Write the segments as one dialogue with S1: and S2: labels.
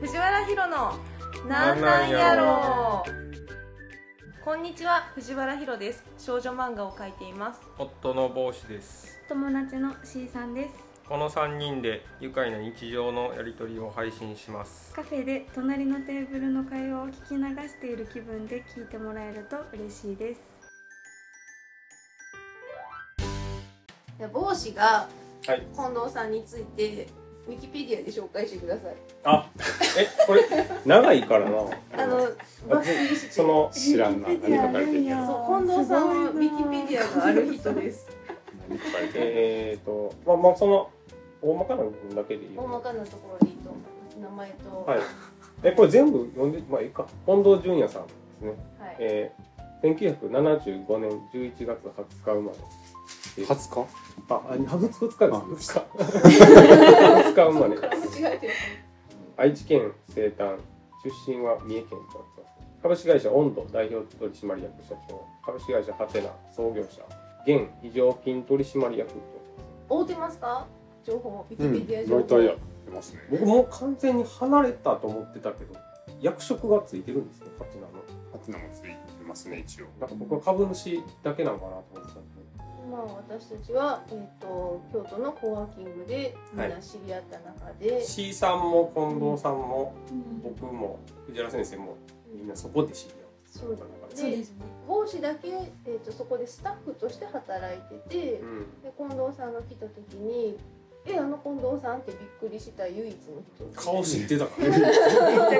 S1: 藤原ひろの
S2: なんなんやろ
S1: こんにちは藤原ひろです少女漫画を描いています
S2: 夫の帽子です
S3: 友達の C さんです
S2: この3人で愉快な日常のやり取りを配信します
S3: カフェで隣のテーブルの会話を聞き流している気分で聞いてもらえると嬉しいです
S4: で帽子が
S2: はい
S4: 近藤さんについてウィキペディアで紹介してください
S5: あ、
S2: えこれ長いからな
S4: あの抜粋して
S5: その知らんな。
S3: ウィ
S5: 何
S3: キペディア
S5: 書かれてるんや。
S4: そう近藤さんはウィキペディアがある人です
S5: 何書かれてるんや。
S2: えーとまあまあその大まかな部分だけでいい
S4: 大まかなところでいいと思います名前と
S2: はいえこれ全部読んでまあいいか近藤淳也さんですね
S4: はい
S2: えー、1975年11月20日生まれ
S5: 二十日？
S2: ああ20日ですか20日生まれ
S4: 間違えてる
S2: 愛知県生誕出身は三重県となってます株式会社温度代表取締役社長株式会社ハテナ創業者現非常勤取締役と
S4: 合うてますか情報ウィ
S5: う
S4: キ
S5: ん。
S4: ペディア
S5: 大
S4: 情報、
S5: 体やってますね。
S2: 僕もう完全に離れたと思ってたけど役職がついてるんですねハテナの
S5: ハテナもついてますね一応。
S2: なんか僕は株主だけなのかなと思ってたんで
S4: まあ私たちは、えー、と京都のコワーキングでみんな知り合った中で、
S2: C さんも近藤さんも僕も藤原先生もみんなそこで知り
S4: そう
S2: 合った
S4: そうです
S3: ね
S4: 帽子だけ、えー、とそこでスタッフとして働いてて、
S2: 中でうん
S4: で近藤さんが来た時に「えあの近藤さん?」ってびっくりした唯一の人
S2: 顔知ってたから
S3: めっち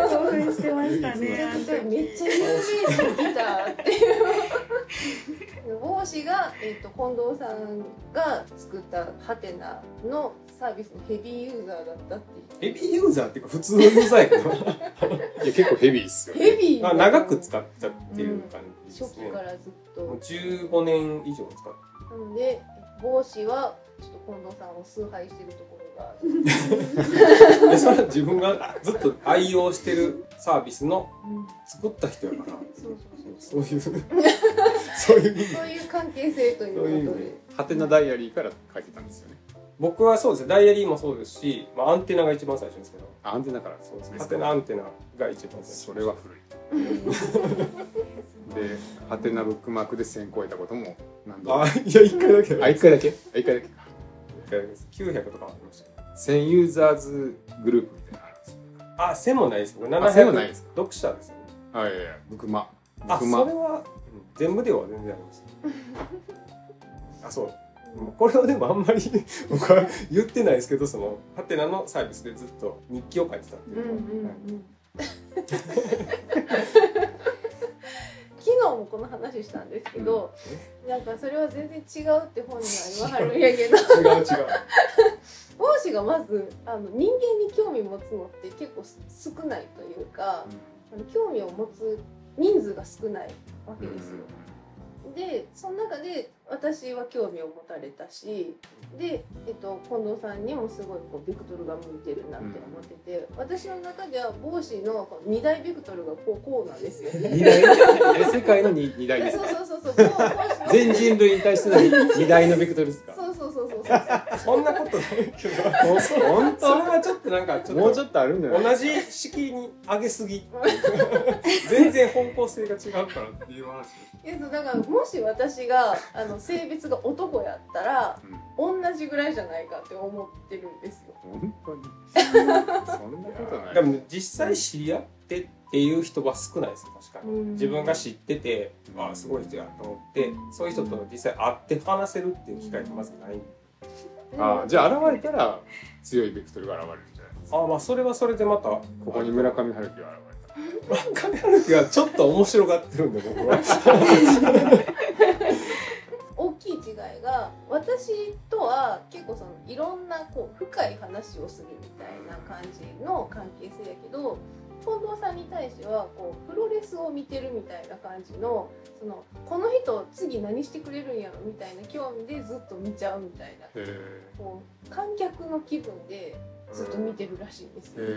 S3: ゃ興奮してました
S4: めち
S3: ね
S4: ゃくちゃめっちゃ有名人来たっていう帽子が、えー、と近藤さんが作ったハテナのサービスのヘビーユーザーだったって
S2: ヘビーユーザーっていうか普通のユーザーやけど
S5: いや結構ヘビーっすよ。
S4: いうヘビー
S2: まあ、長く使ってたっていう感じで
S4: 初
S2: すね
S4: 期、からずっ
S2: もう
S4: と
S2: 15年以上使っ
S4: なので帽子はちょっと近藤さんを崇拝してるところがある、
S2: てでそれは自分がずっと愛用してるサービスの作った人やから
S4: そうそう
S2: そ
S4: そうう
S2: い
S4: そう
S2: そういう意味
S4: そういう関係性とい
S2: そういう
S4: う
S2: 意
S4: こと
S2: 味
S4: で
S2: で
S5: ハテナダイアリーから書いてたんですよね。
S2: 僕はそうですねダイアリーもそうですし、まあ、アンテナが一番最初ですけど
S5: あアンテナからそ
S2: そうう
S5: で
S2: ですすねハ
S5: ね
S2: テナアンテナが一番最初
S5: それは古い。 で、ハテナブックマークで1000超えたことも何度も。
S2: あいや一回だけ
S5: あ、
S2: だ一
S5: 一回だけあ一回だけか。
S2: 回だけです900とかありましたけど
S5: 1000ユーザーズグループみたいなのあるんですよ。
S2: あ1000もないですけど
S5: あ1000もな
S2: 700
S5: いです
S2: 読者ですよね
S5: あ、いやいや、ブクマ。
S2: あそれ
S5: ブクマ。
S2: はうん全部では全然あります あそうこれはでもあんまり 僕は言ってないですけどそのハテナのサービスでずっと日記を書いてたっていう
S4: ん
S2: う、
S4: うんう
S2: はい
S4: ん昨日もこの話したんですけど、なんかそれは全然違うって本には言わはるんやけど
S2: 違う違う
S4: 帽子がまずあの人間に興味持つのって結構す少ないというかあの興味を持つ人数が少ないわけですよ。でその中で私は興味を持たれたしで、えっと、近藤さんにもすごいこうベクトルが向いてるなって思ってて、私の中では帽子のこの2大ベクトルがこうこうなんですよね。
S5: 二台え世界の二二台です
S4: そうそ
S5: か。
S4: うそうそう帽子の
S5: 全人類に対しての 二二台のベクトルですか。
S4: そうそうそうそうそう
S2: そんなことないけど
S5: ほ本
S2: それはちょっとなんかち
S5: 当。
S2: ょっと
S5: もうちょっとあるんじゃない。
S2: 同じ式に上げすぎ全然方向性が違うからっていう話
S4: いやそうだからもし私があの性別が男やったら
S5: うん
S4: 同じぐらいじゃないかって思ってるんですよ。
S5: 本当に。そんなことない。
S2: でも実際知り合ってっていう人は少ないです確かに自分が知っててあすごい人やと思ってそういう人と実際会って話せるっていう機会ってまずないんで
S5: あ、じゃあ現れたら強いベクトルが現れるんじゃない。
S2: あまあそれはそれでまたこ
S5: ここに村上春樹が現れた。
S2: 村上春樹はちょっと面白がってるんで僕は
S4: 大きい違いが私とは結構そのいろんなこう深い話をするみたいな感じの関係性やけど近藤さんに対してはこうプロレスを見てるみたいな感じのそのこの人次何してくれるんやろみたいな興味でずっと見ちゃうみたいな
S5: へ
S4: こう観客の気分でずっと見てるらしいんです
S5: え。
S4: よ。
S5: へ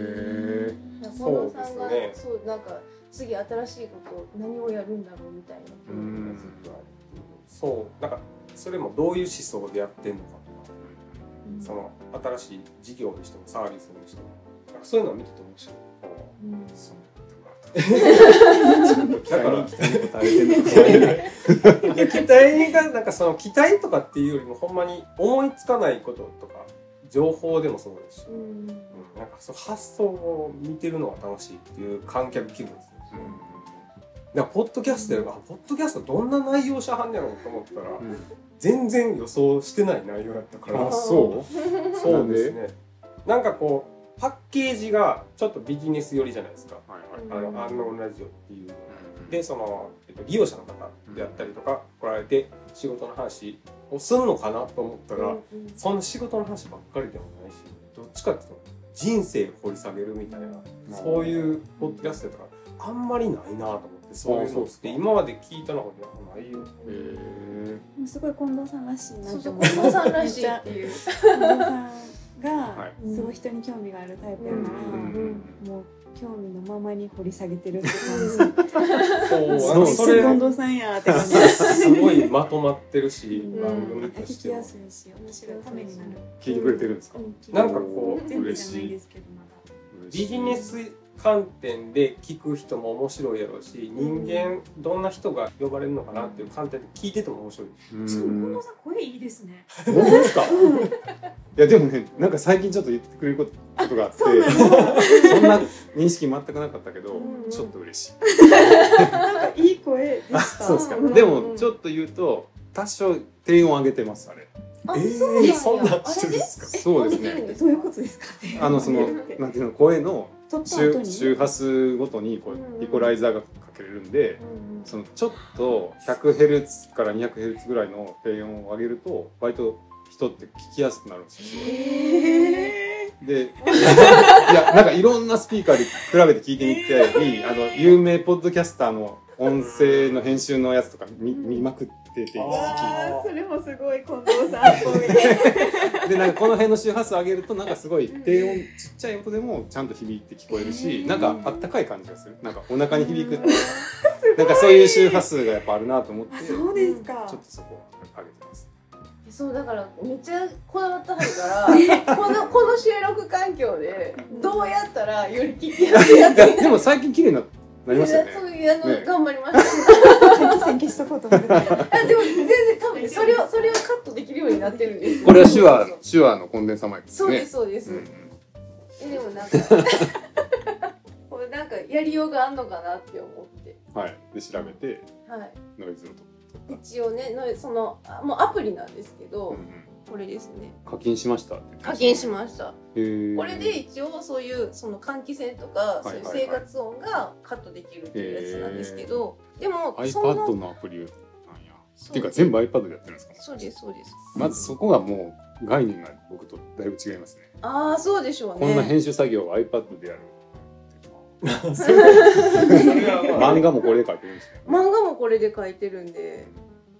S5: え。
S4: 近藤
S2: そう
S4: さん
S2: です
S4: が
S2: ね
S4: そうなんか次新しいこと何をやるんだろうみたいな興味がずっとあるっていう。
S2: そうなんかそれもどういう思想でやってんのかとかその新しい事業にしてもサービスにしてもなんかそういうのを見てて面白い。
S5: そう
S2: だから
S5: 期待に期待に応えてんの
S2: いや期待がなんかその期待とかっていうよりもほんまに思いつかないこととか情報でもそうですし、うんなんかその発想を見てるのが楽しいっていう観客気分ですね。なんかポッドキャストやるからポッドキャストどんな内容しゃはんねやろうと思ったら、
S5: うん
S2: 全然予想してない内容やったから
S5: あそ
S2: そうですねなんかこうパッケージがちょっとビジネス寄りじゃないですか
S5: うはいはい
S2: あの「アンノーンラジオ」っていう
S5: で
S2: でその、えっと、利用者の方であったりとか来られて仕事の話をするのかなと思ったら、そんな仕事の話ばっかりでもないしどっちかっていうと人生を掘り下げるみたいな、そういうポッドキャストとかあんまりないなと思ってそういう
S5: あそ
S2: の
S5: う
S2: っ
S5: っすか
S2: て今まで聞いたのがないよ。
S5: へー
S3: もうすごい近藤さんらしいな
S4: そう
S3: と
S4: そう
S3: 思
S4: 近藤さん
S3: め
S4: ら
S3: っ
S4: し
S3: ち
S4: い
S3: ゃ
S4: っていう。
S3: 近藤さん
S5: は
S3: が
S5: い
S3: すごい人に興味があるタイプ
S5: う
S3: や
S5: ん
S3: か
S5: うん
S3: ら、
S5: うん
S3: もう興味のままに掘り下げてるって感じめっ
S2: そうなんかそ
S5: そう
S3: ち
S2: れ
S3: ゃ近藤さんやーって 感じ
S2: すごいまとまってるし、
S3: うん
S2: 番組と
S3: 聞
S2: し
S3: き
S2: ても
S3: やすいし面白いためになる
S5: 聞いてくれてるんですか
S2: なんかこ
S5: う
S3: 全部じゃないですけどまだ
S2: ビジネス観点で聞く人も面白いやろうし人間どんな人が呼ばれるのかなっていう観点で聞いてても面白い
S5: うん
S3: しかも近藤さん声いいですね
S5: 本当ですかいやでもねなんか最近ちょっと言ってくれることがあって
S3: そうなんです
S5: そんな認識全くなかったけど
S4: うんうん
S5: ちょっと嬉しい
S3: なんかいい声でした
S5: そうですか
S4: うん
S5: でもちょっと言うと多少低音上げてますあれ
S4: あ、
S2: えー
S4: そうなんや。
S2: そんな
S4: あ
S2: 人
S4: れで
S2: ですか
S5: そうですね
S3: どういうことですかって
S5: あのそのなんていうの声の
S3: 撮った後
S5: 周
S3: に
S5: 周波数ごとにこ
S4: うんうん
S5: うイコライザーがかけれるんで
S4: うん
S5: そのちょっと 100Hz から 200Hz ぐらいの低音を上げると割と人って聞きやすくなるんですよ
S3: え
S5: でいやなんかいろんなスピーカーで比べて聞いてみて、い いあの有名ポッドキャスターの音声の編集のやつとか見見まくってて
S3: ー、
S2: あ
S3: わーそれもすごい近藤さんっぽい
S5: でなんかこの辺の周波数上げるとなんかすごい低音ちっちゃい音でもちゃんと響いて聞こえるし、
S3: うん
S5: なんかあったかい感じがするなんかお腹に響くなんかそういう周波数がやっぱあるなと思って
S3: あ
S5: ちょっ
S3: そうですか
S5: とそこ上げてます。
S4: そうだからめっちゃこだわってはる からこのこの収録環境でどうやったらより聞きやすい
S5: い
S4: や
S5: や
S4: つに
S5: でも最近綺麗にななりましたよね。
S4: そういうあの、
S5: ね
S4: 頑張りました
S3: 電気線消しとこうと思ってた
S4: あでも全然多 分それをそれをカットできるようになってるんです
S5: これは手話手話のコンデンサマイクです
S4: そう
S5: ね。
S4: ですそうです、
S5: うん
S4: えでもなん かこれなんかやりようがあんのかなって思って
S5: はい。で調べて
S4: はい
S5: ノイズのとこ。
S4: 一応ねのそのあもうアプリなんですけど、これですね
S5: 課金しましたって言って
S4: 課金しました
S5: へー
S4: これで一応そういうその換気扇とか
S5: いは
S4: そう
S5: いは
S4: いう
S5: い
S4: 生活音がカットできるっていうやつなんですけど、でもそんな
S5: iPad のアプリなんや
S4: そ
S5: っていうか全部 iPad でやってるんですか
S4: そうですそうです
S5: まずそこがもう概念が僕とだいぶ違いますね
S4: ああそうでしょうね
S5: こんな編集作業を iPad でやる
S2: ー それはまあ
S5: 漫画もこれで書いてるんですね
S4: 漫画もこれで書いてるんで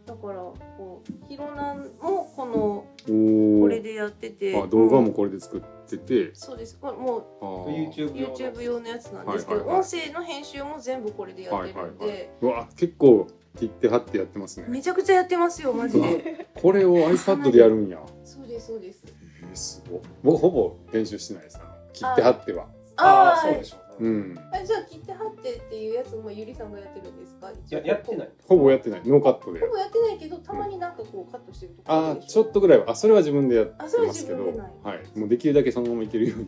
S4: だからこうヒロナンもこの
S5: お
S4: こ
S5: お
S4: れでやってて
S5: あ動画
S4: う
S5: も
S4: ん
S5: これで作ってて
S4: そうですこれもう
S5: あー
S2: YouTube 用の
S4: YouTube 用のやつなんですけど、
S5: はいはいはい
S4: 音声の編集も全部これでやってるんで、
S5: はいはいうわ結構切って貼ってやってますね
S4: めちゃくちゃやってますよマジ
S5: うわ
S4: で
S5: これを iPad でやるんや
S4: そうですそうです
S5: えーすごい僕ほぼ練習してないですあの切って貼っては
S2: あー
S4: ー
S2: そうでしょう
S5: う
S2: ね、
S5: ん
S4: えじゃあ切って貼ってっていうやつもゆりさんがやってるんですか
S2: ややってない
S5: ほぼやってないノーカットで
S4: ほぼやってないけどたまになんかこうカットしてるとこ
S5: あ
S4: あ
S5: あ
S4: るでし
S5: ちょっとぐらいはあそれは自分でやって
S4: あそれは
S5: ま
S4: 自
S5: すけど
S4: 分でない
S5: はいもうできるだけそのままいけるように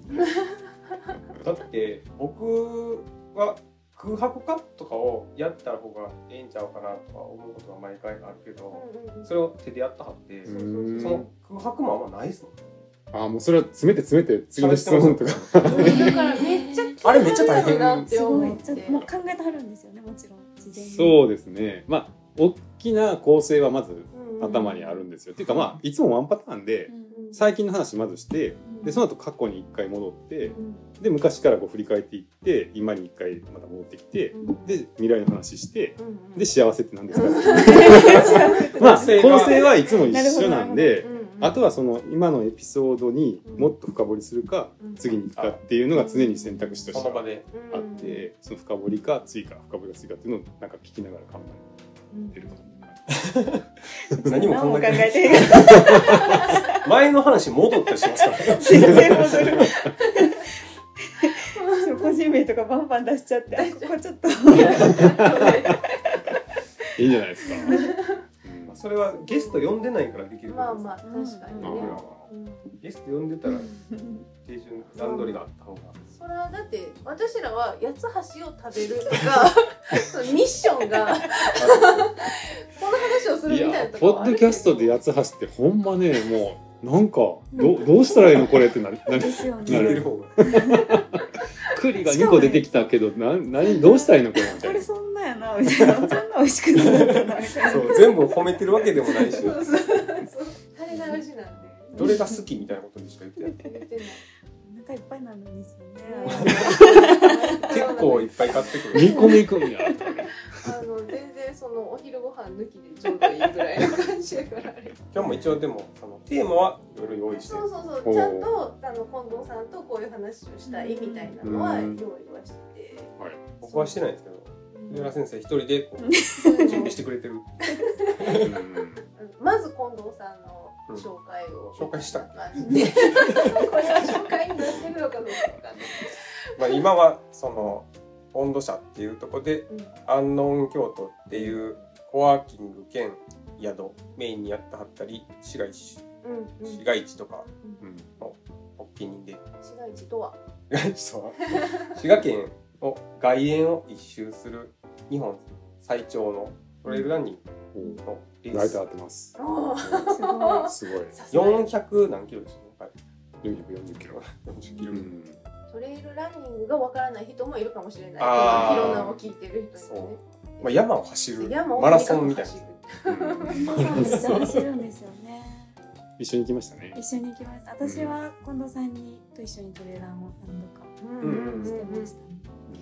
S2: だって僕は空白化とかをやった方がええんちゃうかなとか思うことが毎回あるけど、
S4: うんうんうん
S2: それを手でやったはって、
S4: うそう
S5: ーん
S2: その空白もあんまないですもん
S5: ああもうそれは詰めて詰めて次の質問とか
S4: だからめっちゃ
S2: あれめっちゃ大変
S4: なって
S3: すご
S4: 思っ
S3: い
S4: て
S3: ちょっともう考えてはるんですよねもちろん事前に
S5: そうですねまあ大きな構成はまず
S4: うんうん
S5: 頭にあるんですよ、っていうかまあいつもワンパターンで
S3: うん
S5: 最近の話まずしてでその後過去に1回戻ってで昔からこう振り返っていって今に1回また戻ってきてで未来の話して
S4: うんうん
S5: で幸せって何ですか、
S3: うん
S5: ま
S2: 幸
S5: あ
S2: せが
S5: 構成はいつも一緒なんで
S4: うんうん
S5: あとはその今のエピソードにもっと深掘りするか
S4: うん
S5: 次に行くかっていうのが常に選択肢とし
S2: そ
S5: て
S2: の
S5: は
S2: 場で
S5: あってその深掘りか追加深掘りか追加っていうのをなんか聞きながら考
S4: うん
S5: えてるか
S2: 何も
S3: 何も考
S2: 考えてない
S3: えてない
S2: 前の話戻ったりしますから
S3: 全然戻る
S6: 個人名とかバンバン出しちゃってあここちょっと
S5: いいんじゃないですか。
S2: まあそれはゲスト呼んでないからできるこ
S4: まあ
S2: とです。
S4: まあ確かに
S5: うん
S4: ね、うん
S2: ゲスト呼んでたら手順段取りがあった方が。
S4: それはだって私らは八つ橋を食べると かそのミッションがこの話をする
S5: い
S4: みたい
S5: や
S4: なとこ
S5: ポ
S4: は
S5: ッ
S4: ある
S5: ド
S4: け
S5: キ
S4: ど
S5: ャストで八つ橋ってほんまねもうなんかどうどうしたらいいのこれってなる
S3: で
S5: なる
S3: すよね
S5: な
S2: 聞い
S5: る
S2: てる方が。
S5: 栗が2個出てきたけどな何どうしたらいいのこれみた
S6: こ
S5: い
S6: れ
S5: な
S6: そんなやなみたいなそんな美味しくなかったなみたい
S2: そ
S6: な
S2: う全部褒めてるわけでもないし、
S4: そうそうそう垂れ流しなんで
S2: どれが好きみたいなことにしか言ってな
S4: 言
S2: い。
S4: ってない
S6: お腹いっぱいなのにですよね
S2: 結
S4: 結
S2: 構いっぱい買ってくる。
S5: 2個目いくんや
S4: あの全然そのお昼ご飯抜きでちょうどいいぐらいの感じだからあれ
S2: 今日も一応でもそのテーマはいろいろ用意してる
S4: そう。そうそうちゃんとあの近藤さんとこういう話をしたいみたいなのは用意はしてて
S2: 僕はしてないんですけど、三浦先生一人でこう準備してくれてる。
S5: うん
S4: まず近藤さんの紹介を、
S2: 紹介したっ
S4: まあね これは紹介になってるのかどうかわかんない
S2: まあ今はその温度社っていうところで、
S4: うん
S2: アンノーン京都っていうコワーキング兼宿メインにやってはったり市街地
S4: うんうん
S2: 市街地とか
S5: うん
S2: おっきい人で
S4: 市街地とは
S2: 市街地とは 滋賀県の外縁を一周する日本最長のトレイルランニングのレ
S5: ラ
S2: ー
S5: イト
S2: ス
S5: 合ってま す
S6: すごい
S5: すごい
S4: さすがに
S2: 400何キロでしたね
S5: 440キロ
S2: 40キロ、
S5: うん
S4: トレイルランニングがわからない人もいるかもしれない
S2: あ
S5: ー
S4: ヒロナを聞いてる人にはね
S2: まあ、山を走る
S4: 山を
S2: マラソンみ たいな
S4: とにかく走る
S5: うん
S3: 近藤 さんめっちゃ走るんですよね
S5: 一緒に行きましたね
S3: 一緒に行きます私は近藤さんにと一緒にトレーラーを何度か
S4: うん
S2: うん
S3: してましたね、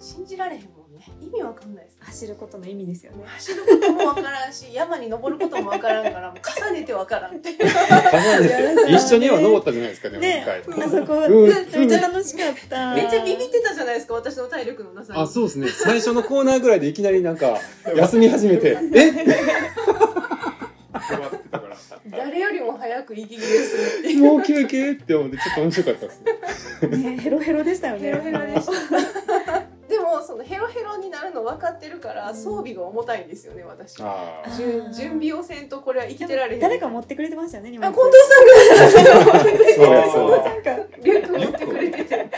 S4: 信じられへんもんね意味わかんないです
S3: 走ることの意味ですよね
S4: 走ることもわからんし 山に登ることもわからんからもう重ねてわからんって いう
S5: 重ねて一緒には登ったじゃないですかね
S6: ね
S5: も
S6: あ
S5: う一回
S6: そこ
S5: うん
S6: めっちゃ楽しかった
S4: めっちゃビビってたじゃないですか私の体力のなさに
S5: あそうですね最初のコーナーぐらいでいきなりなんか休み始めて 「え
S4: 誰よりも早く息切れするっていう
S5: もう休憩?」って思ってちょっと面白かったですね
S6: ねヘロヘロでしたよね
S4: ヘロヘロでしたでもそのヘロヘロになるの分かってるから装備が重たいんですよね私じ
S5: あー
S4: ゅん準備をせんとこれは生きてられへん
S6: 誰か持ってくれてましたよね今
S4: あ近藤さんが
S5: そうやそうや
S6: なんか
S4: リュック持ってくれてて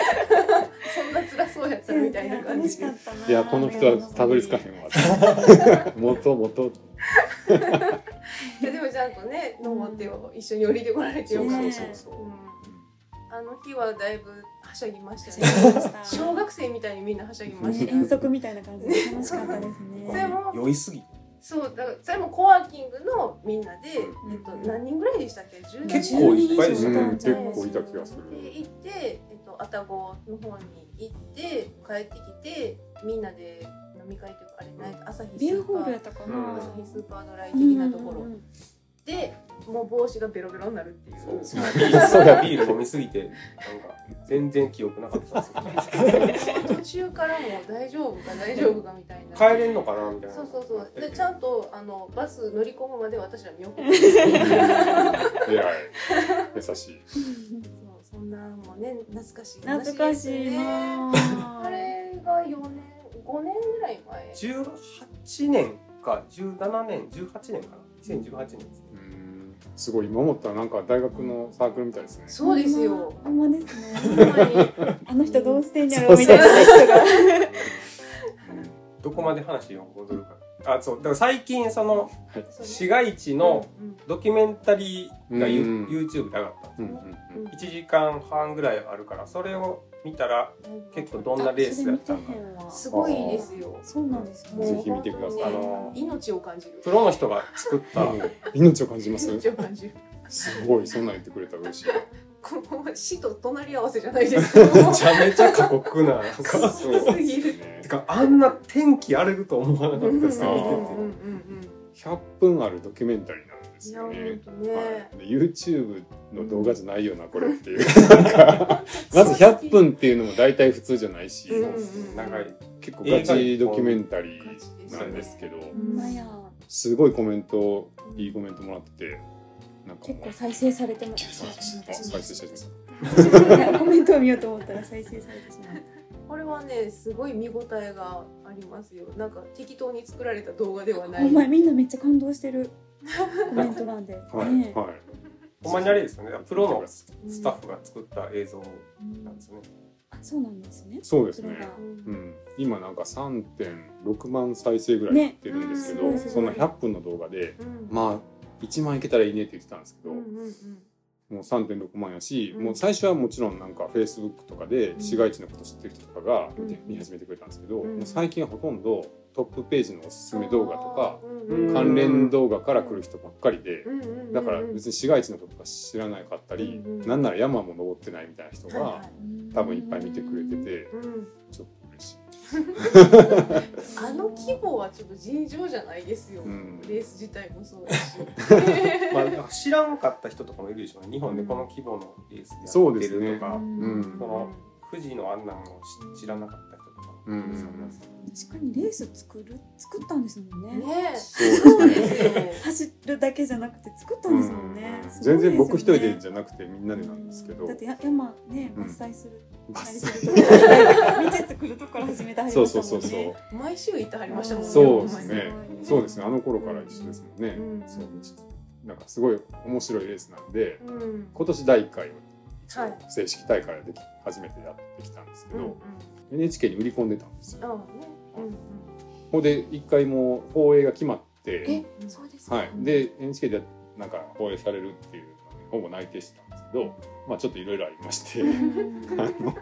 S4: そんな辛そうやったみたいな感
S6: 楽し
S4: じ
S6: か
S4: で
S6: ったない
S5: やこの人はたどり着かへ んわ元元
S4: いやでもちゃんとね登ってを一緒に降りてこられてよかった
S6: ね
S4: うんあの日はだいぶはしゃぎましたね。小
S6: 遠
S4: 学生みたいにみんなはしゃぎましたね。
S6: 足みたいな感じで楽しかったです
S4: それ
S6: ね
S4: も
S2: 酔いすぎて
S4: そうだからそれもコワーキングのみんなで、えっと何人ぐらいでしたっけ？10人
S2: 結構いっぱいで
S5: う
S2: す
S5: ん
S2: ね
S5: 結構いた気がす
S4: で
S5: る
S4: 行ってえっと愛宕の方に行って帰ってきてみんなで飲み会というかあれない朝日ス
S3: ビュー
S4: ーパ
S3: ホールや
S4: ー
S3: ったか
S2: な
S3: な、
S2: うん
S4: 朝日スーパードライ的なところでもう帽子がベロベロになるっていう。
S2: そうですね。ビールそうだビール飲みすぎて、なんか全然記憶なかったんですけど。
S4: 途中からもう大丈夫か大丈夫かみたいな。
S2: 帰れんのかなみたいな。
S4: そうそうそう。でちゃんとあのバス乗り込むまで私ら見送っ
S5: いや優しい
S4: そうそんなんもね懐かしい話ですね。
S6: 懐かしいな
S4: あれが四年五年ぐらい前。
S2: 十八年か十七年、十八年かな。二千十八年ですね。
S5: うんすごい今思ったらなんか大学のサークルみたいですね
S4: そうですよ。
S6: ほんまです
S4: ほ
S6: ね
S4: んまに
S6: あの人どうしてんやろうみたいな人が
S2: どこまで話を戻るか。あ、そう。だから最近その
S4: そう
S2: 市街地の
S4: うん
S2: ドキュメンタリーがユ
S5: うん
S2: YouTube で上がったんです
S5: う
S2: よ
S5: んうんうん
S2: 一時間半ぐらいあるから、それを見たら結構どんなレースやったのか。
S4: すごいですよ。
S6: そうなんです
S4: もう
S5: ぜ
S6: ね
S5: ひ見てください
S4: 本当
S2: あ
S4: にね
S2: の
S4: 命を感じる
S2: プ。ロの人が作った。
S5: 命を感じます
S4: 命を感じる。
S5: すごいそんなん言ってくれたら嬉しい
S4: この死と隣り合わせじゃないですけど
S2: め。ちゃめちゃ過酷 な。なんか
S5: そうです
S4: すぎる。
S5: ね
S2: てかあんな天気荒れると思わなか
S4: う
S2: っ
S4: んうん
S2: た
S4: う
S2: ですね見てて
S4: んうんうん。
S5: 100分あるドキュメンタリーなんです
S4: いや、
S5: よ
S4: 本
S5: ね
S4: 当ね。
S5: はい、で YouTube の動画じゃないよな、これっていうなんか まず100分っていうのも大体普通じゃないし、
S4: うん
S2: 長い
S5: 結構ガチドキュメンタリーなんですけど
S4: う
S3: ほんまや
S5: すごいコメントいいコメントもらっててなんか
S3: 結構再生されてま
S5: あ
S3: す
S5: 再生しちゃいました
S3: コメントを見ようと思ったら再生されてしまう
S4: これはねすごい見応えがありますよなんか適当に作られた動画ではない
S6: お前みんなめっちゃ感動してるコメント欄で、
S5: はい
S6: ねえ
S5: はい
S2: ほんまにあれですよねプロのスタッフが作った映像なんですね、
S6: あそうなんですね
S5: そうです
S6: それ
S5: ね
S6: が
S4: うん
S5: うん、今なんか3.6万再生ぐらいいってるんですけど、
S6: ねうんすごいす
S5: そ
S6: ご
S5: の
S6: い
S5: 100分の動画で
S4: うん
S5: まあ1万いけたらいいねって言ってたんですけど、
S4: うんうん
S5: もう3.6万やし、
S4: うん
S5: もう最初はもちろんなんかフェイスブックとかで
S4: ん
S5: 市街地のこと知ってる人とかが
S4: うん
S5: 見て見始めてくれたんですけど、
S4: うん
S5: もう最近はほとんどトップページのおすすめ動画とか
S4: うん
S2: うん
S5: 関連動画から来る人ばっかりで、
S4: うんうんうんうん
S5: だから別に市街地のことが知らなかったり、
S4: うんうん
S5: なんなら山も登ってないみたいな人
S4: はいは
S5: が
S4: い
S5: 多分いっぱい見てくれてて、
S4: うん
S5: ちょっと嬉しい。
S4: あの規模はちょっと尋常じゃないですよ、
S5: うん
S4: レース自体もそうだし
S2: まあ、なんか知らんかった人とかもいるでしょうね日本でこの規模のレース
S5: そ
S2: や
S5: う
S2: っ
S5: で
S2: て
S5: す
S2: る
S5: ね
S2: とか、
S5: うん
S2: その富士のあんなんを知知らなかった人とかもいるそうなんですよ
S6: 確かにレース作る作ったんですもんね
S4: ね
S5: そう
S4: えそうで
S5: ですね
S4: すよ
S6: 走るだけじゃなくて作ったんですもんね、
S5: うん
S6: すごい
S5: 全然僕一人
S6: ですよ
S5: で
S6: ね
S5: じゃなくてみんなでなんですけど
S6: だってや山ね
S5: うん
S6: 伐採する、
S5: バ
S6: あれ
S5: ス
S6: するとこから道作るとこから始めて始
S5: そ
S6: め
S5: う
S6: た
S5: そう
S6: も
S5: そ
S6: ん
S5: うそう
S6: ね
S4: 毎週行ってはりましたもんね
S5: そうですね
S6: お前
S5: そうですねあの頃から一緒ですもんね、
S4: うん
S5: そうなんかすごい面白いレースなんで
S4: うんうん
S5: 今年第1回を一応
S4: はい
S5: 正式大会ができ初めてやってきたんですけ
S4: うんうん
S5: ど、NHK に売り込んでたんですよ
S4: ああねうんうん
S5: ほんで1回もう放映が決まって、
S6: えそうですか
S5: はい、で NHK でなんか放映されるっていうのでほぼ内定してたんですけど、まあ、ちょっといろいろありまして。あの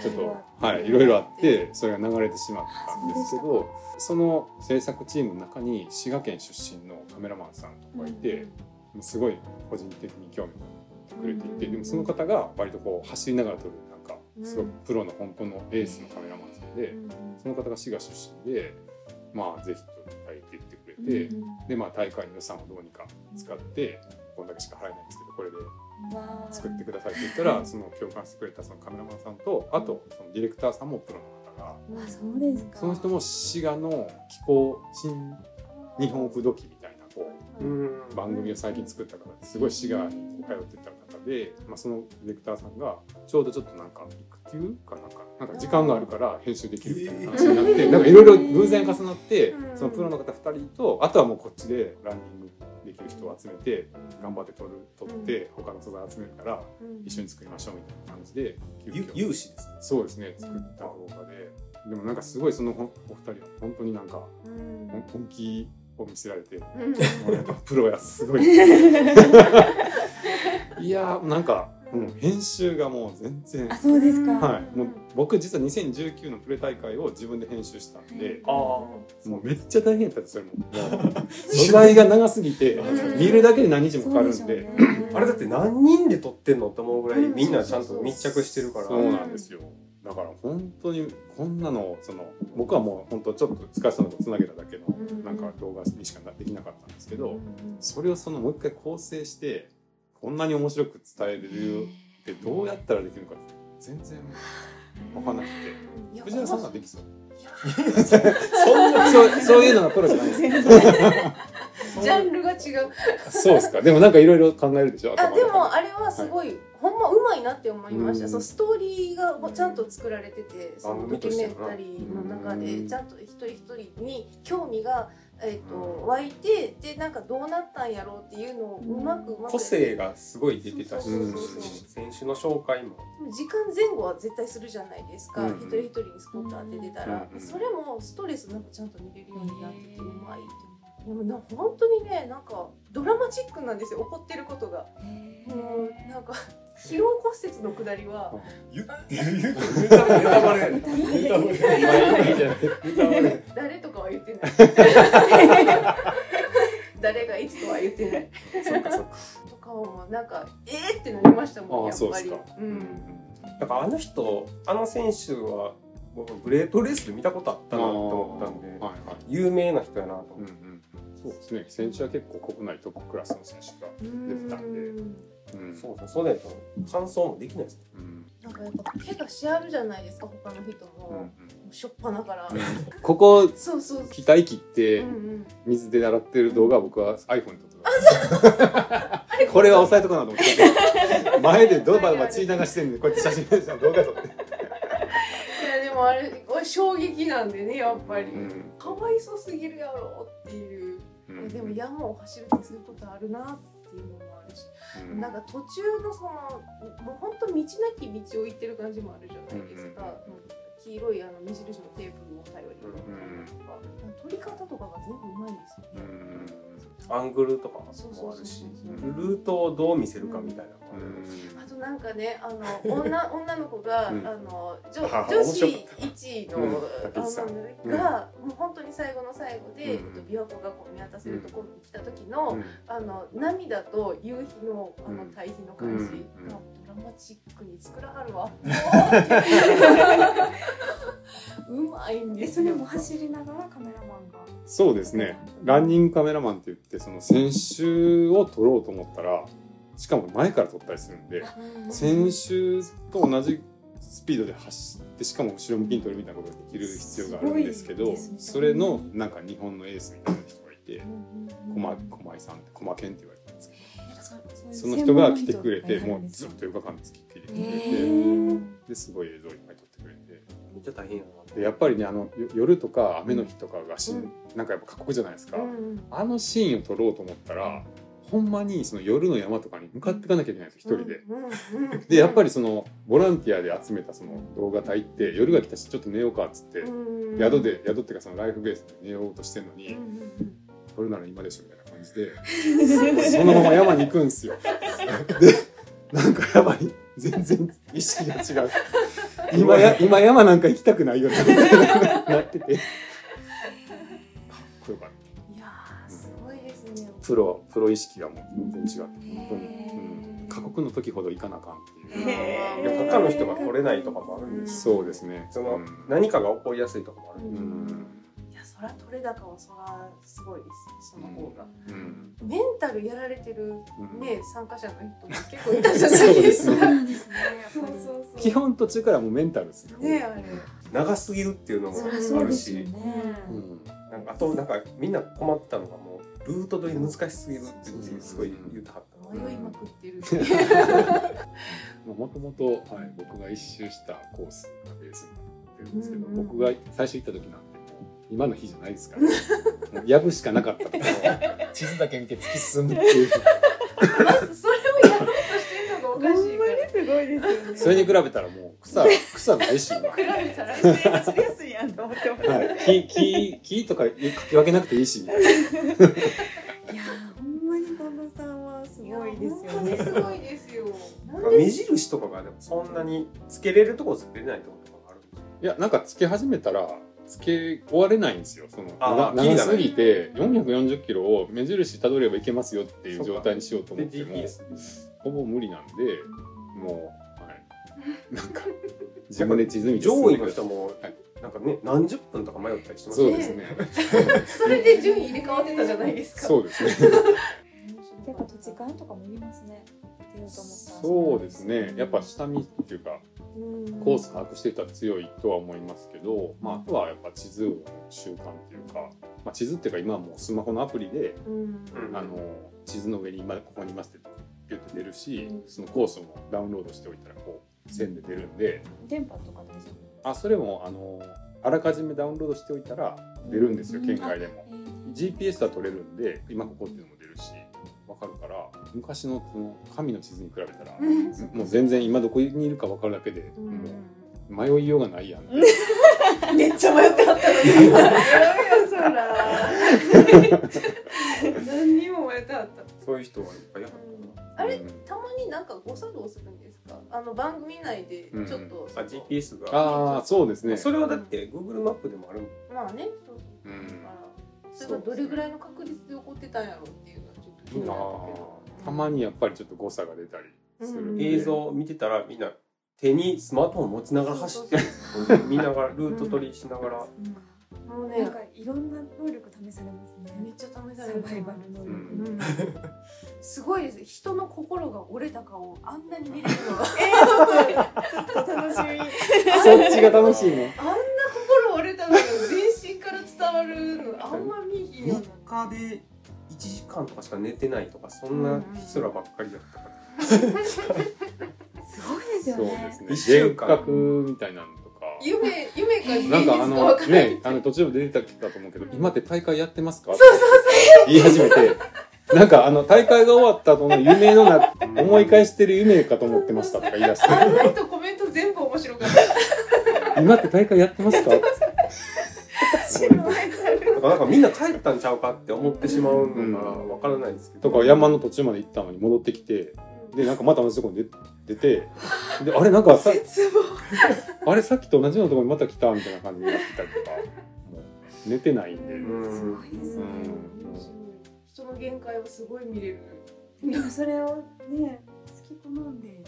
S5: ちょっとはいいろいろあってそれが流れてしまったんですけどその制作チームの中に滋賀県出身のカメラマンさんとかがいて、もうすごい個人的に興味が持ってくれていて、でもその方が割とこう走りながら撮るなんかすごくプロの本当のエースのカメラマンさんで、その方が滋賀出身でまあぜひ撮りたいって言ってくれて、でまあ大会の予算をどうにか使ってこんだけしか払えないんですけどこれで
S6: わあ
S5: 作ってくださいって言ったらその共感してくれたそのカメラマンさんとあとそのディレクターさんもプロの方が
S6: あそうですか
S5: その人も滋賀の気候新日本風土記みたいなこう番組を最近作った方ですごい滋賀に通ってた方で、まあ、そのディレクターさんがちょうどちょっとなんか育休かなんかなんか時間があるから編集できるみたいな話になってなんかいろいろ偶然重なって
S4: うん
S5: そのプロの方2人とあとはもうこっちでランニングできる人を集めて頑張って撮る撮って他の素材集めるから。
S4: うん
S5: 一緒に作りましょうみたいな感じで急
S2: ゆ
S5: 遽
S2: 有志ですね
S5: そうですね作った動画で、でもなんかすごいそのおお二人は本当になんか
S4: うん
S5: 本本気を見せられて、も
S4: うん
S5: うやっぱプロやすごいいやーなんかもう編集がもう全然
S6: あそうですか、
S5: はいもう僕実は2019のプレ大会を自分で編集したんで、
S2: ああ
S5: もうめっちゃ大変だったんですよそれももう素材が長すぎて
S4: うん
S5: 見るだけで何日も
S6: そ
S5: か
S6: う
S5: かる
S6: で
S5: ん
S6: し
S5: で
S6: ょうね
S2: あれだって何人で撮ってんのって思うぐらいみんなちゃんと密着してるから
S5: そうなんですよだから本当にこんなのその僕はもう本当ちょっと使いそうなことつなげただけの
S4: うん
S5: なんか動画にしかできなかったんですけどそれをそのもう一回構成してこんなに面白く伝えれるってどうやったらできるのか全然わかんなくて
S4: いや
S5: 藤原さんができそう
S2: そんな
S5: そうそういうのがプロじゃないです
S6: 全然
S4: ジャンルが違う
S5: そうですかでもなんかいろいろ考えるでしょ
S4: あ
S5: 頭の
S4: で
S5: 中
S4: もあれはすごい、ほんまうまいなって思いました、
S5: うん
S4: そのストーリーがもうちゃんと作られててそのドキュメンタリーの中
S5: う
S4: で
S5: ん
S4: ちゃんと一人一人に興味が、えー、と湧いてでなんかどうなったんやろうっていうのをうまくうまく
S2: 個性がすごい出てたし
S4: そう
S5: そうそう
S4: そう
S2: 選手の紹介も
S4: 時間前後は絶対するじゃないですか、
S5: うん
S4: 一人一人にスポット当ててたら、
S5: うん
S4: それもストレスなくちゃんと見れるようになっててうまいってでもな本当にねなんかドラマチックなんですよ怒ってることが。もうなんか疲労骨折のくだりは
S2: 言ってる言ってるネタバレネタバレ
S5: いいじゃない
S2: ネタバレ
S4: 誰とかは言ってない 誰がいつとは言ってない
S2: そっかそっか
S4: とかはもうなんかえーってなりましたもん
S5: あ
S4: や
S5: あ
S4: っ
S5: そうで
S4: ぱ
S5: す
S4: り
S5: か
S4: う
S5: うん
S4: ん
S2: だからあの人あの選手は僕グレートレースで見たことあったなと思ったんで
S5: はいはい
S2: 有名な人やなと
S5: うん
S2: 思って
S5: うんそうですね選手は結構国内トップクラスの選手が
S4: うん
S5: 出てたんでうん
S2: そうそうそうだと感想もできないです
S5: うん
S4: なんかやっぱ怪我しあるじゃないですか他の人も、
S5: うん
S4: も
S5: うん
S4: うしょっぱなから
S5: ここ
S4: そうそうそ
S5: 期待切って
S4: う、うんうん、
S5: 水で洗ってる動画は僕は iPhone に撮ってます。これは押さえとかなと思って前でドバドバ血流してんでこうやって写真で動画撮って
S4: もあれこれ衝撃なんでねやっぱり、
S5: うん
S4: かわいそうすぎるやろっていう、
S5: うん
S4: でも山を走るってすることあるなっていうのもあるし、
S5: うん
S4: なんか途中のそのもうほんと道なき道を行ってる感じもあるじゃないですか、
S5: うん
S4: うん黄色いあの目印のテープを頼りにとか、取り方とかが全部うまいんです
S5: う
S4: よね、
S5: ん
S2: アングルとかも
S4: そうそう
S2: あ
S4: そう
S2: るし
S4: そう
S2: ルートをどう見せるかみたいなのも
S5: う
S2: あるし、
S5: ん
S4: あとなんかね、あの女女の子が、
S5: うん
S4: あの女
S5: あ
S4: 女
S5: 面白
S4: 子
S5: か
S4: 一位の、
S5: うん
S4: あ
S5: 竹内さん
S4: のが、もう本当に最後の最後で、
S5: うん
S4: えっと、琵琶湖がこう見渡せるところに来た時の、
S5: うん
S4: あの涙と夕日のあの
S5: うん
S4: 対比の感じ
S5: うん
S4: が、ドラマチックに作らは るわ。うまいんで
S3: え
S4: す
S3: それ
S4: よ。
S3: も走りながらカメラマンが
S5: そうですねランニングカメラマンって言ってその選手を撮ろうと思ったらしかも前から撮ったりするんで選手と同じスピードで走ってしかも後ろ向きに撮るみたいなことができる必要があるんですけ
S6: すご
S5: ど
S6: いですね
S5: それのなんか日本のエースみたいな人がいて駒駒井さんって駒健って言われてるんですけどその人が来てくれてもうずっと4日間つきっきりで
S6: へ
S5: 見てて
S6: ー
S5: ですごい映像いっぱい撮ってくれて。
S2: めっちゃ大変や
S5: でやっぱりねあのよ夜とか雨の日とかがし、
S4: うん
S5: なんかやっぱ過酷じゃないですか、
S4: うん
S5: あのシーンを撮ろうと思ったらほんまにその夜の山とかに向かっていかなきゃいけないんですよ一人で。
S4: うんうんうん
S5: でやっぱりそのボランティアで集めたその動画隊って夜が来たしちょっと寝ようかっつって、
S4: うん
S5: 宿で宿っていうかそのライフベースで寝ようとしてるの
S4: うん
S5: に、
S4: うんうん
S5: 撮るなら今でしょみたいな感じでそのまま山に行くんですよ。でなんか山に全然意識が違う今や今山なんか行きたくないようになっててかっこよかっ
S4: いやーすごいですね。
S5: たプロプロ意識がもう全然違って
S6: へ
S5: 本当に、うん、過酷の時ほど行かなあかんっていう、
S2: なで他の人が来れないとかもあるんです
S5: そうですね
S2: その、
S5: うん
S2: 何かが起こりやすいとかもあるん
S5: う
S2: で
S5: ん
S4: いやそら取れ高はそらすごいですその方が、
S5: うん
S4: メンタルやられてる
S5: うん
S4: ね、参加者の人も結構いたじゃないです
S5: そう
S4: か
S6: そう
S5: で
S6: なんですね
S4: そう
S6: やっぱ
S4: そうそう
S5: 基本途中からもうメンタルですよ、
S4: ねあれ
S2: 長すぎるっていうのも
S6: りそりゃそ
S2: あ
S6: う
S2: る
S6: です
S2: し、
S6: よね
S5: うん
S2: なんかあとなんかみんな困ってたのがもうルート取り難しすぎるっていうすごい言うてはったの
S4: 迷いまくって る
S5: もともと、はい、僕が一周したコースがベースになってるんですけど、
S4: うんうん
S5: 僕が最初行った時なんてもう今の日じゃないですから、ね、もうやぶしかなかった ところを地図だけ見て突き進むっていう
S4: まずそれをやろうとしてるのがおかしいから
S6: すごいですよね
S5: それに比べたらもう草草ないし今、は
S4: 比べたら
S1: 然走りやすいやんと思ってます
S5: い、木木木とかかき分けなくていいしみたいない
S6: やーほんまに近藤さんはすごいですよ
S4: い
S6: ね
S4: や本当にすごいですよなん
S2: 目印とかがでもそんなにつけれるとこつけれないとことかがあるんですよ
S5: いやなんかつけ始めたらつけ終われないんですよその
S2: あ
S5: 長
S2: ー
S5: 長す
S2: 気
S5: ぎて440キロを目印たどればいけますよっていう状態にしようと思
S2: で
S5: っても
S2: GPS
S5: ほぼ無理なんでもうはいなん か自分で地図見て進ん
S2: 上
S5: で
S2: 位の
S5: くださ
S2: 人
S5: い
S2: も
S5: はい
S2: なんかね何十分とか迷ったりしてます
S5: そう
S2: よね
S5: ですね
S4: それで順位入れ替わってたじゃないですか
S5: そうです ね
S6: やっぱ時間とかもいりますね出ようと思ったら
S5: そうですねやっぱ下見っていうかコース把握してたら強いとは思いますけど、まあ、あとはやっぱ地図の習慣っていうか、まあ、地図っていうか今はもうスマホのアプリで
S4: うん
S2: うん
S5: あの地図の上に今ここにいますってピュッと出るし、そのコースもダウンロードしておいたらこう線で出るんで
S6: 電波とか大丈
S5: あそれもあのあらかじめダウンロードしておいたら出るんですよ
S6: うん
S5: 県外でも。
S6: 夫、えー
S5: GPS は取れるんで今ここっていうのも出るし分かるから昔のその紙の地図に比べ たらもう全然今どこにいるか分かるだけでもう迷いようがないやん
S1: めっちゃ迷ってはったのに
S4: やそ ら何にもやってはった
S2: そういう人はいっぱいいはっ た
S4: あれ
S5: うん
S4: たまになんか誤作動するんですかあの番組内でちょっと、
S2: あ GPS が
S5: ああそうですね
S2: それはだって Google マップでもあるんで
S4: まあねそうそう
S5: うん
S4: だからそれがどれぐらいの確率で起こってたんやろうっていうのはちょっと気になるけど
S5: あーたまにやっぱりちょっと誤差が出たりするんで
S2: 映像を見てたらみんな手にスマートフォン持ちながら走ってるんですよ見ながらルート取りしながら
S4: もう
S6: な
S4: ね
S6: んかいろんな能力試されます
S4: め
S6: ね
S4: っちゃ試さ
S6: サ
S4: れる
S6: バイバル能
S5: う
S6: 力、
S5: ん
S4: すごいです人の心が折れた顔をあんなに見れるのが
S6: 楽しみ
S5: そっちが楽しいね
S4: あんな心折れたのが全身から伝わるのあんま見えひんよ
S2: 3日で1時間とかしか寝てないとかそんな人らばっかりだったから
S6: すごいですよ
S5: そう
S6: ね
S5: ですね
S2: 一週
S5: 幻
S2: 間
S5: 覚みたいなのとか
S4: 夢夢か現実
S5: なん
S4: か
S5: かあ
S4: 分からな
S5: の
S4: い、
S5: ね、あの途中で出てきたと思うけど、今って大会やってますかって言い始めて、なんかあの大会が終わった後の夢のな、思い返してる夢かと思ってましたとか言い出して、
S4: あの人コメント全部面白かった
S5: 今って大会やってますかって
S2: だからなんかみんな帰ったんちゃうかって思ってしまうのがわからないですけど、
S5: とか山の途中まで行ったのに戻ってきて、で、なんかまた同じとこに出出て、で、あれなんかさ、
S4: 絶望
S5: あれさっきと同じようなところにまた来たみたいな感じになってたりとか、もう寝てないんで、
S2: うん
S6: ごいです
S5: う
S6: ね。
S5: ん
S4: 人の限界をすごい見れる
S6: でもそれをね、好き好んで。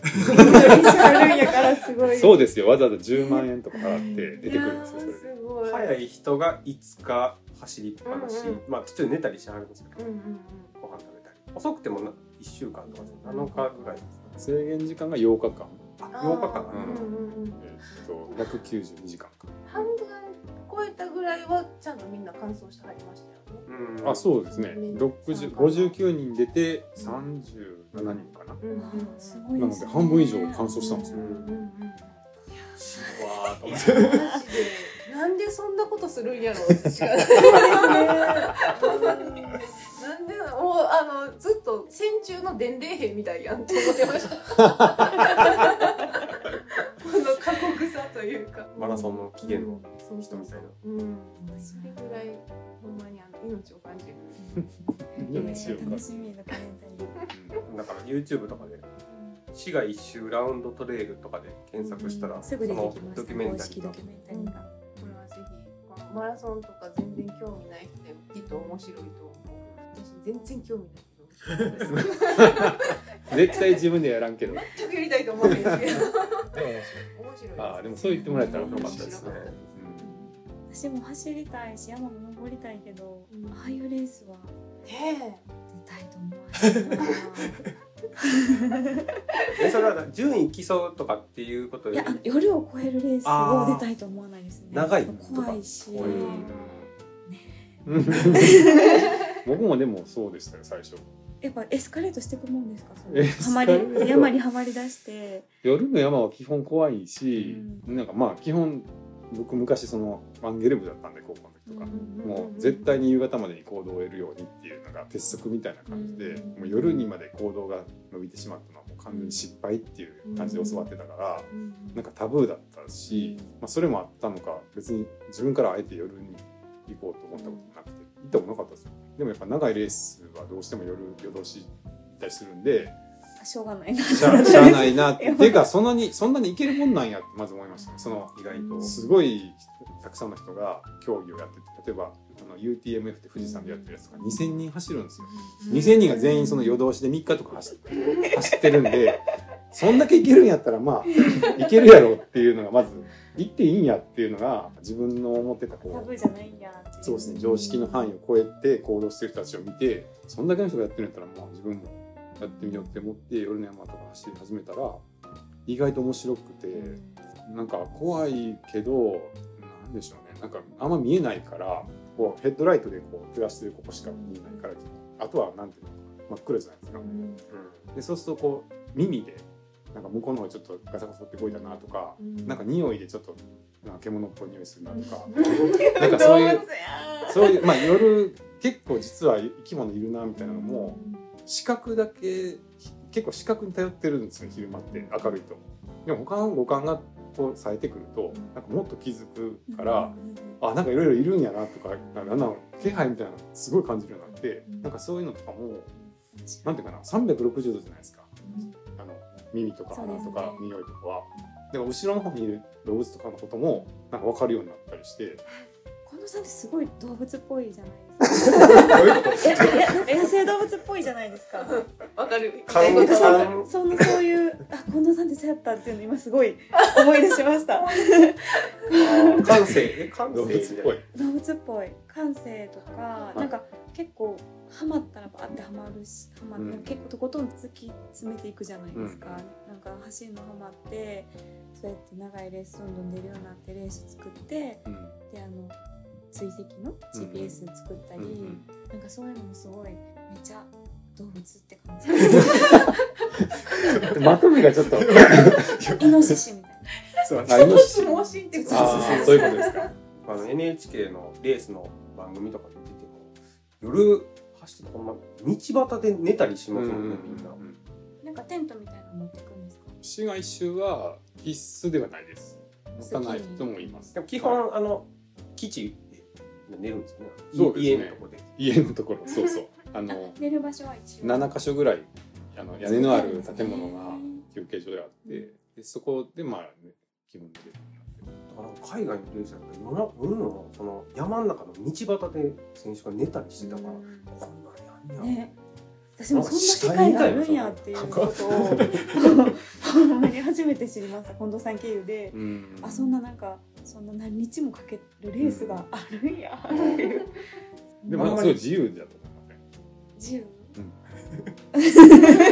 S6: あるんやからすごい。
S5: そうですよ、わざわざ10万円とか払って出てくるんですよ、
S4: い
S5: それ
S4: やーすごい
S2: 早い人がいつか走りっぱなし、
S4: うんうん
S2: まあ途中で寝たりしはるんですけ
S4: う
S2: ど、
S4: んうんうん
S2: ご飯食べたり遅くてもな1週間とかですね7日ぐらいです
S5: 制限時間が8日間。
S2: あ
S4: あー
S2: 8日間
S4: うんうんうん
S5: えっと、192時間か。
S4: 半分超えたぐらいはちゃんとみんな完走してはりましたよね
S2: うん、
S5: あ、そうですね。
S4: うん
S5: 60 59人出て37人かな。
S4: うん
S6: すごいで
S5: なの
S6: す
S5: で
S6: ね。
S5: 半分以上完走したんです
S4: う
S5: よ。
S4: んうんうん
S2: うわーと思って
S4: マジでなんでそんなことするんやろうってしかなんでなもうあのずっと戦中の伝令兵みたいやんって思ってましたこの過酷さというか
S2: マラソンの期限の
S4: そう
S2: 人みたいな
S4: うんそれぐらいほんまにあの命を感じる
S5: うん強かっ
S6: 楽しみのカレンダーに。
S5: た
S2: だから YouTube とかで市街一周ラウンドトレイルとかで検索したら、
S6: すぐ出てきま
S2: そ
S6: し
S2: の
S6: た。
S2: ドキュメン
S6: 公
S2: タ
S6: 式
S2: リー
S6: ド
S2: が
S6: キュメンタリーが。
S4: これはぜひこのマラソンとか全然興味ない人でもきっと面白いと思う私全然興味ないけど
S5: 絶対自分でやらんけど。
S4: 全くやりたいと思うんですけど面白い
S5: ああ、でもそう言ってもらえたらよかったですね。
S6: 私も走りたいし山も登りたいけど、
S4: うん
S6: ああいうレースは
S4: ね
S6: 出たいと思わない
S2: えそれは順位競うとかっていうこと
S6: ない
S2: よ
S6: や
S2: り
S6: あの夜を超えるレースを出たいと思わないですね
S2: あー長いとか
S6: 怖いし
S2: こういう
S5: うん 僕もでもそうでしたよ、最初。
S6: やっぱエスカレートしていくもんですかそ
S5: エ
S6: れ
S5: ス
S6: はま
S5: カレー
S6: り
S5: ト
S6: 山にはまりだして
S5: 夜の山は基本怖いし、なんかまあ基本、僕昔そのアンゲル部だったんで、高校の時とか。
S4: え
S5: もう絶対に夕方までに行動を得るようにっていうのが鉄則みたいな感じで、
S6: うん
S5: もう夜にまで行動が伸びてしまったのはもう完全に失敗っていう感じで教わってたから、なんかタブーだったし、
S6: うん
S5: まあ、それもあったのか別に自分からあえて夜に行こうと思ったことなくて行ったことなかったですよでもやっぱ長いレースはどうしても夜夜通し行ったりするんで
S6: あしょうがないな
S5: しゃあしゃあないなってっていうかそんなにそんなに行けるもんなんやってまず思いましたねその
S2: 意外と
S5: すごいたくさんの人が競技をやってて例えばあの UTMF って富士山でやってるやつが2,000人走るんですよ2,000人が全員その夜通しで3日とか走って走ってるんでそんだけいけるんやったらまあいけるやろっていうのがまず行っていいんやっていうのが自分の思ってた
S6: タ
S5: こ
S6: ブ
S5: う
S6: ーじゃないんやってい
S5: そうですね常識の範囲を超えて行動してる人たちを見てそんだけの人がやってるんやったらまあ自分もやってみようって思って夜の山とか走り始めたら意外と面白くて。なんか怖いけどなんでしょうねなんかあんま見えないからこうヘッドライトでこう照らしてるここしか見えないからあとはなんていうのかな真っ暗じゃないですかでそうするとこう耳でなんか向こうの方ちょっとガサガサって動いたなとかなんか匂いでちょっとなんか獣っぽい匂いするなとかなんかそういうそういうまあ夜結構実は生き物いるなみたいなのも視覚だけ結構視覚に頼ってるんですよ昼間って明るいとでも他の五感がこう冴えてくるとなんかもっと気づくから、あなんかいろいろいるんやなとかなんかあんなの気配みたいなのすごい感じるようになってなんかそういうのとかもなんていうかな360度じゃないですか、あの耳とか
S6: そうで
S5: 鼻
S6: すね
S5: とか匂いとかは。だから後ろの方にいる動物とかのこともなんか分かるようになったりして
S6: 近藤さんってすごい動物っぽいじゃないですかいやいやなんか野生動物っぽいじゃないです か
S4: わかる
S2: 看
S6: なんか
S2: 護師
S6: そ
S2: さ
S6: のそのそういうあ近藤さんってそうやったっていうの今すごい思い出しました
S2: ん感性え感 性
S5: 動物っぽい
S6: 動物っぽい感性とか
S5: い
S6: なんか結構ハマったらばってハマるしハマって、
S5: うん
S6: 結構とことん突き詰めていくじゃないですか、なんか走るのハマってそうやって長いレースどんどん出るようになってレース作って
S5: うん
S6: であの追跡の GPS 作ったり、
S5: うんうん
S6: なんかそういうのもすごいめちゃ動物って感じ
S5: まとめがちょっと
S6: イ ノシシみたいな
S2: そうなんです
S5: あイノシシ
S1: 盲信ってこと
S5: あーそういうことですか。
S2: あの NHK のレースの番組とかで見てても夜走ってほんま道端で寝たりしますもんね、みんな。
S6: なんかテントみたいなの持ってくんですか
S5: 市外周は必須ではないです。持たない人もいます
S2: で。も基本、あの基地で寝るんですよね
S5: そうです
S2: 家
S5: ね
S2: のとこで。
S5: 家のところ、そうそう。あの
S6: 寝る場所は一応
S5: 七箇所ぐらいあの屋根のある建物が休憩所であって、でそこでまあ、ね、気分で。
S2: だから海外のレースだったら夜な夜のその山の中の道端で選手が寝たりしてたから、こんなんやんや、
S6: ね私もそんな世界があるんやっていうことを ほんまに初めて知りました近藤さん経由で、
S5: うん
S6: あそんななんかそんな何日もかけるレースがあるん やっていう、
S5: でもなんかすごい自由だと思いません。
S6: 自由、
S5: うん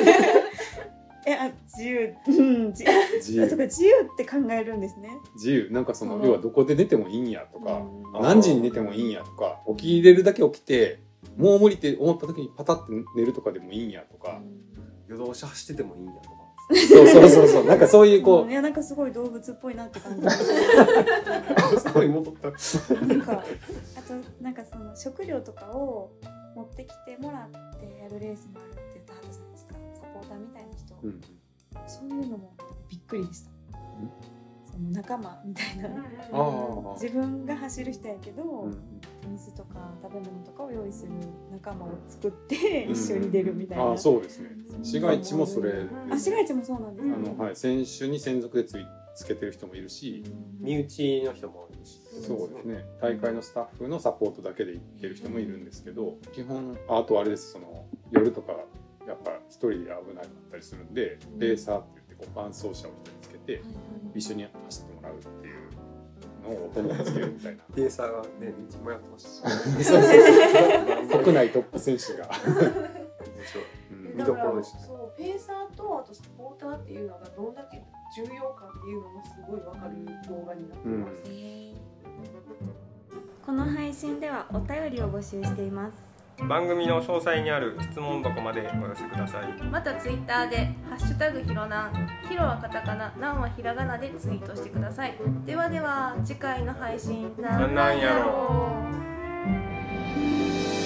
S6: えあ自由うん自由
S5: 自
S6: あそうか
S5: 由、
S6: 自由って考えるんですね
S5: 自由、なんかそ
S6: そ
S5: の
S6: の
S5: 要はどこで寝てもいいんやとか、
S6: うん
S2: あ
S5: 何時に寝てもいいんやとか、起きれるだけ起きて。もう無理って思った時にパタって寝るとかでもいいんやとか、
S2: 夜通し走っててもいいんやと か。
S5: そうそうそうそうなんかそういうこう、
S6: うんいやなんかすごい動物っぽいなって感じ
S2: すごい戻った。
S6: なんかあとなんかその食料とかを持ってきてもらってやるレースもあるって言ったはずじゃないですかサポーターみたいな人、
S5: うん
S6: そういうのもびっくりでしたその仲間みたいな
S5: ああ
S6: 自分が走る人やけど、
S5: うん
S6: 水とか食べ物とかを用意する仲間を作って
S5: うん
S6: 一緒に出るみたいな、
S5: ああそうですね市街地もそれ
S6: あ市街地もそうなんです
S5: あの、はい、選手に専属でついつけてる人もいるし、
S2: 身内の人も多いし。
S5: そうです。ね大会のスタッフのサポートだけで行ってる人もいるんですけど基本ああとあれですその夜とかやっぱ一人で危なかったりするんでレーサーって言ってこう伴走者を一人つけて一緒に走ってもらうっていうのを大人につけるみたいな
S2: ペーサーがね、道もやってました。面
S5: 国内トップ選手が、
S2: 白い。
S5: うん
S2: 見どころでしたね
S4: そうペーサーとあとサポーターっていうのがどんだけ重要かっていうのもすごいわかる動画になってます、
S5: うん
S3: この配信ではお便りを募集しています
S7: 番組の詳細にある質問箱までお寄せください
S1: またツイッターで「ハッシュタグひろなん」ひろはカタカナ、なんはひらがなでツイートしてください。ではでは次回の配信
S7: なんなんやろ
S1: ろう